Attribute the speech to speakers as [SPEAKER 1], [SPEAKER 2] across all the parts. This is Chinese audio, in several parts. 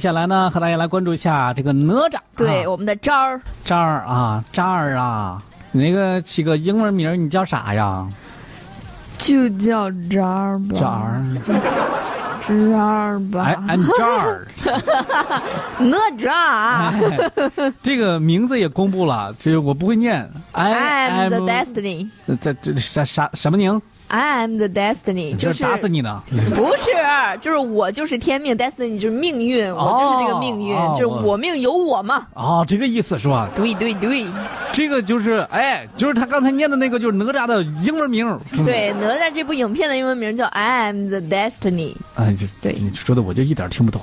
[SPEAKER 1] 接下来呢，和大家来关注一下这个哪吒。
[SPEAKER 2] 对，
[SPEAKER 1] 啊
[SPEAKER 2] 我们的招儿
[SPEAKER 1] 渣儿啊，渣儿啊，你那个起个英文名儿，你叫啥呀？
[SPEAKER 2] 就叫招儿吧，
[SPEAKER 1] 渣儿，
[SPEAKER 2] 招儿吧，
[SPEAKER 1] 哎，俺渣儿，
[SPEAKER 2] 哪吒
[SPEAKER 1] 哎这个名字也公布了，这我不会念。I 哎
[SPEAKER 2] ，I'm the
[SPEAKER 1] am
[SPEAKER 2] destiny，I'm
[SPEAKER 1] 这这啥啥什么宁？
[SPEAKER 2] the destiny，
[SPEAKER 1] 这
[SPEAKER 2] 就是
[SPEAKER 1] 打死你呢！
[SPEAKER 2] 不是，就是我就是天命，destiny 就是命运，我就是这个命运，
[SPEAKER 1] 哦
[SPEAKER 2] 就是我命由我嘛。
[SPEAKER 1] 哦，这个意思是吧？
[SPEAKER 2] 对对对，
[SPEAKER 1] 这个就是哎，就是他刚才念的那个，就是哪吒的英文名儿。
[SPEAKER 2] 对哪吒这部影片的英文名叫《I Am the Destiny
[SPEAKER 1] 哎，这
[SPEAKER 2] 对
[SPEAKER 1] 你说的我就一点儿听不懂。》，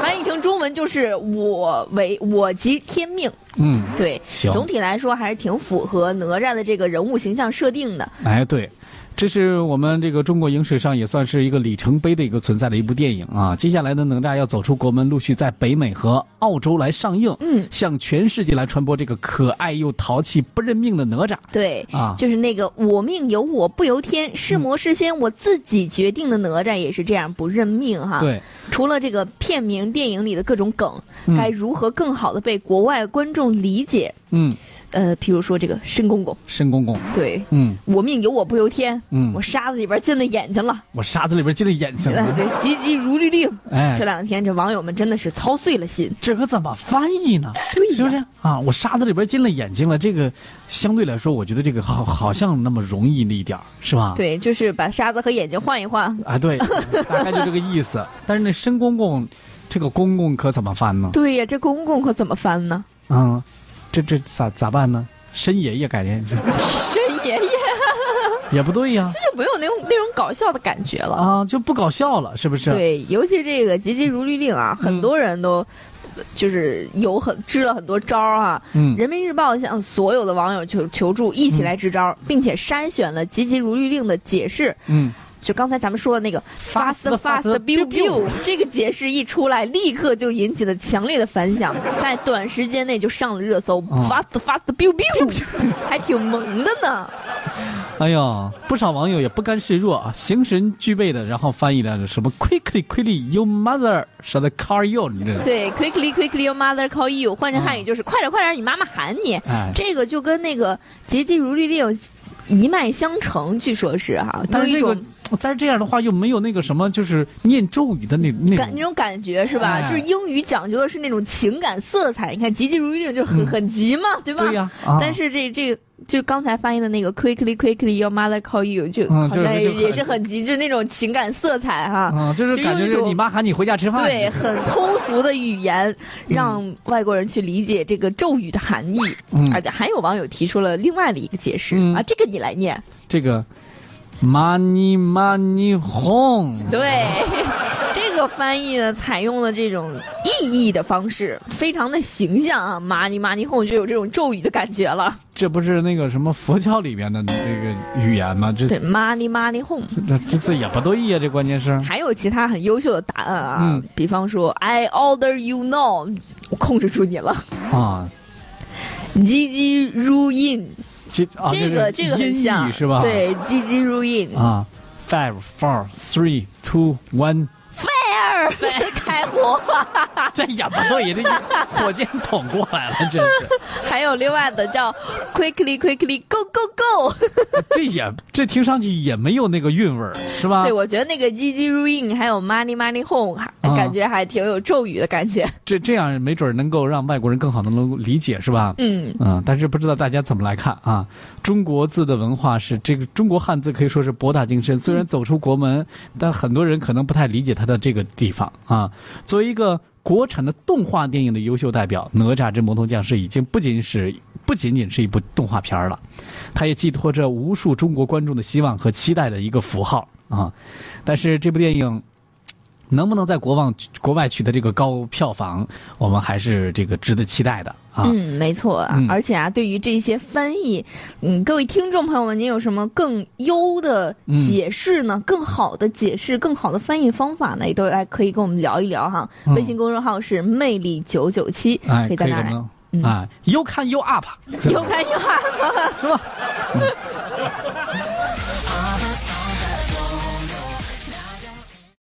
[SPEAKER 2] 翻译成中文就是“我为我即天命”。
[SPEAKER 1] 嗯，
[SPEAKER 2] 对，
[SPEAKER 1] 行
[SPEAKER 2] 总体来说还是挺符合哪吒的这个人物形象设定的。
[SPEAKER 1] 哎，对，这是我们这个中国影史上也算是一个里程碑的一个存在的一部电影啊。接下来的哪吒要走出国门，陆续在北美和澳洲来上映，
[SPEAKER 2] 嗯，
[SPEAKER 1] 向全世界来传播这个可爱又淘气不认命的哪吒。
[SPEAKER 2] 对，
[SPEAKER 1] 啊嗯
[SPEAKER 2] 就是那个“我命由我不由天，是魔是仙，我自己决定”的哪吒也是这样不认命哈。，
[SPEAKER 1] 对，
[SPEAKER 2] 除了这个片名、电影里的各种梗，
[SPEAKER 1] 嗯
[SPEAKER 2] 该如何更好的被国外观众理解？
[SPEAKER 1] 嗯，
[SPEAKER 2] 呃，譬如说这个申公公，
[SPEAKER 1] 申公公，
[SPEAKER 2] 对
[SPEAKER 1] 嗯
[SPEAKER 2] 我命由我不由天，
[SPEAKER 1] 嗯
[SPEAKER 2] 我，沙子里边进了眼睛了，
[SPEAKER 1] 我沙子里边进了眼睛
[SPEAKER 2] 哎
[SPEAKER 1] 了，
[SPEAKER 2] 对，急急如律令。
[SPEAKER 1] 哎
[SPEAKER 2] 这。两天这网友们真的是操碎了心，
[SPEAKER 1] 这可怎么翻译呢？
[SPEAKER 2] 对呀
[SPEAKER 1] 是不是啊？我沙子里边进了眼睛了，这个相对来说，我觉得这个好好像那么容易了一点儿，是吧？
[SPEAKER 2] 对，就是把沙子和眼睛换一换。
[SPEAKER 1] 啊，对， 大概就这个意思。但是那申公公，这个公公可怎么翻呢？
[SPEAKER 2] 对呀，这公公可怎么翻呢？
[SPEAKER 1] 嗯，这这咋咋办呢？申爷爷改天
[SPEAKER 2] 真爷爷
[SPEAKER 1] 也不对呀，
[SPEAKER 2] 就没有那种那种搞笑的感觉了。
[SPEAKER 1] 啊，就不搞笑了，是不是？，
[SPEAKER 2] 对，尤其这个“急急如律令”啊，
[SPEAKER 1] 嗯
[SPEAKER 2] 很多人都呃就是有很支了很多招儿啊。
[SPEAKER 1] 嗯，
[SPEAKER 2] 人民日报向所有的网友求求助，一起来支招，并且筛选了“急急如律令”的解释。
[SPEAKER 1] 嗯，
[SPEAKER 2] 就刚才咱们说的那个
[SPEAKER 1] Fast,
[SPEAKER 2] “fast
[SPEAKER 1] fast,
[SPEAKER 2] fast biu biu”，这个解释一出来，立刻就引起了强烈的反 响，在短时间内就上了热搜。
[SPEAKER 1] 嗯
[SPEAKER 2] “fast fast biu biu”，还挺萌的呢。
[SPEAKER 1] 哎呦，不少网友也不甘示弱啊，形神俱备的，然后翻译的什么 “quickly quickly your mother” 啥的 “car you”，你这，
[SPEAKER 2] 对，quickly quickly your mother call you，换成
[SPEAKER 1] 嗯
[SPEAKER 2] 汉语就是快点快点，你妈妈喊你。
[SPEAKER 1] 哎，
[SPEAKER 2] 这个就跟那个结节如律令一脉相承，据说是哈、
[SPEAKER 1] 但
[SPEAKER 2] 有
[SPEAKER 1] 是
[SPEAKER 2] 一
[SPEAKER 1] 这
[SPEAKER 2] 种
[SPEAKER 1] 个。，但是这样的话又没有那个什么，就是念咒语的那那
[SPEAKER 2] 感那
[SPEAKER 1] 种，
[SPEAKER 2] 种感觉是吧？
[SPEAKER 1] 嗯哎
[SPEAKER 2] 就是英语讲究的是那种情感色彩。你看“急急如律令”就是很、
[SPEAKER 1] 嗯
[SPEAKER 2] 很急嘛，对吧？
[SPEAKER 1] 对呀、啊，
[SPEAKER 2] 但是这这个就刚才翻译的那个 “quickly quickly your mother call you” 就
[SPEAKER 1] 嗯
[SPEAKER 2] 好
[SPEAKER 1] 就是
[SPEAKER 2] 像也,、
[SPEAKER 1] 就很
[SPEAKER 2] 也是很急，就是那种情感色彩哈、
[SPEAKER 1] 啊，就是
[SPEAKER 2] 就
[SPEAKER 1] 感
[SPEAKER 2] 用
[SPEAKER 1] 觉
[SPEAKER 2] 一
[SPEAKER 1] 就是
[SPEAKER 2] 种
[SPEAKER 1] 你妈喊你回家吃饭，
[SPEAKER 2] 对，很 通俗的语言，
[SPEAKER 1] 嗯
[SPEAKER 2] 让外国人去理解这个咒语的含义。
[SPEAKER 1] 嗯
[SPEAKER 2] 而且还有网友提出了另外的一个解释、
[SPEAKER 1] 嗯
[SPEAKER 2] 啊，这个你来念。
[SPEAKER 1] 这个 money money home，
[SPEAKER 2] 对， 这个翻译呢，采用了这种意译的方式，非常的形象啊，玛尼玛尼哄就有这种咒语的感觉了。
[SPEAKER 1] 这不是那个什么佛教里边的这个语言吗？这
[SPEAKER 2] 对，玛尼玛尼哄。
[SPEAKER 1] 这这这也不对呀、这关键是
[SPEAKER 2] 还有其他很优秀的答案啊，
[SPEAKER 1] 嗯
[SPEAKER 2] 比方说 I order you now，我控制住你了。
[SPEAKER 1] 啊，
[SPEAKER 2] 急急如印，
[SPEAKER 1] 这啊
[SPEAKER 2] 这个这个很
[SPEAKER 1] 音
[SPEAKER 2] 像
[SPEAKER 1] 译是吧？
[SPEAKER 2] 对，急急如印。
[SPEAKER 1] 啊，five four three two one，啊
[SPEAKER 2] Fire，开 火。
[SPEAKER 1] 这也不对呀，这火箭筒过来了，真是
[SPEAKER 2] 还有另外的叫 quickly quickly go go go。
[SPEAKER 1] 这也这听上去也没有那个韵味儿，是吧
[SPEAKER 2] 对，？我觉得那个 GG Ruin 还有 Money Money Home 还、
[SPEAKER 1] 啊
[SPEAKER 2] 感觉还挺有咒语的感觉。
[SPEAKER 1] 这这样没准儿能够让外国人更好的能够理解，是吧？
[SPEAKER 2] 嗯，
[SPEAKER 1] 嗯，但是不知道大家怎么来看啊？中国字的文化是这个中国汉字可以说是博大精深，虽然走出国门，但很多人可能不太理解它的这个地方啊。作为一个国产的动画电影的优秀代表，《哪吒之魔童降世》已经不仅是不仅仅是一部动画片儿了，它也寄托着无数中国观众的希望和期待的一个符号啊。但是这部电影。能不能在国望国外取得这个高票房，我们还是这个值得期待的啊。
[SPEAKER 2] 嗯，没错啊。
[SPEAKER 1] 嗯
[SPEAKER 2] 而且啊，对于这些翻译，嗯，各位听众朋友们，您有什么更优的
[SPEAKER 1] 嗯
[SPEAKER 2] 解释呢？更好的解释，更好的翻译方法呢？也都来可以跟我们聊一聊哈。
[SPEAKER 1] 嗯
[SPEAKER 2] 微信公众号是魅力九九七，
[SPEAKER 1] 哎，
[SPEAKER 2] 可以在
[SPEAKER 1] 以
[SPEAKER 2] 那
[SPEAKER 1] 的
[SPEAKER 2] 儿来
[SPEAKER 1] 呢
[SPEAKER 2] 嗯
[SPEAKER 1] 哎，you can you up，
[SPEAKER 2] 有感有哈。
[SPEAKER 1] 是吧？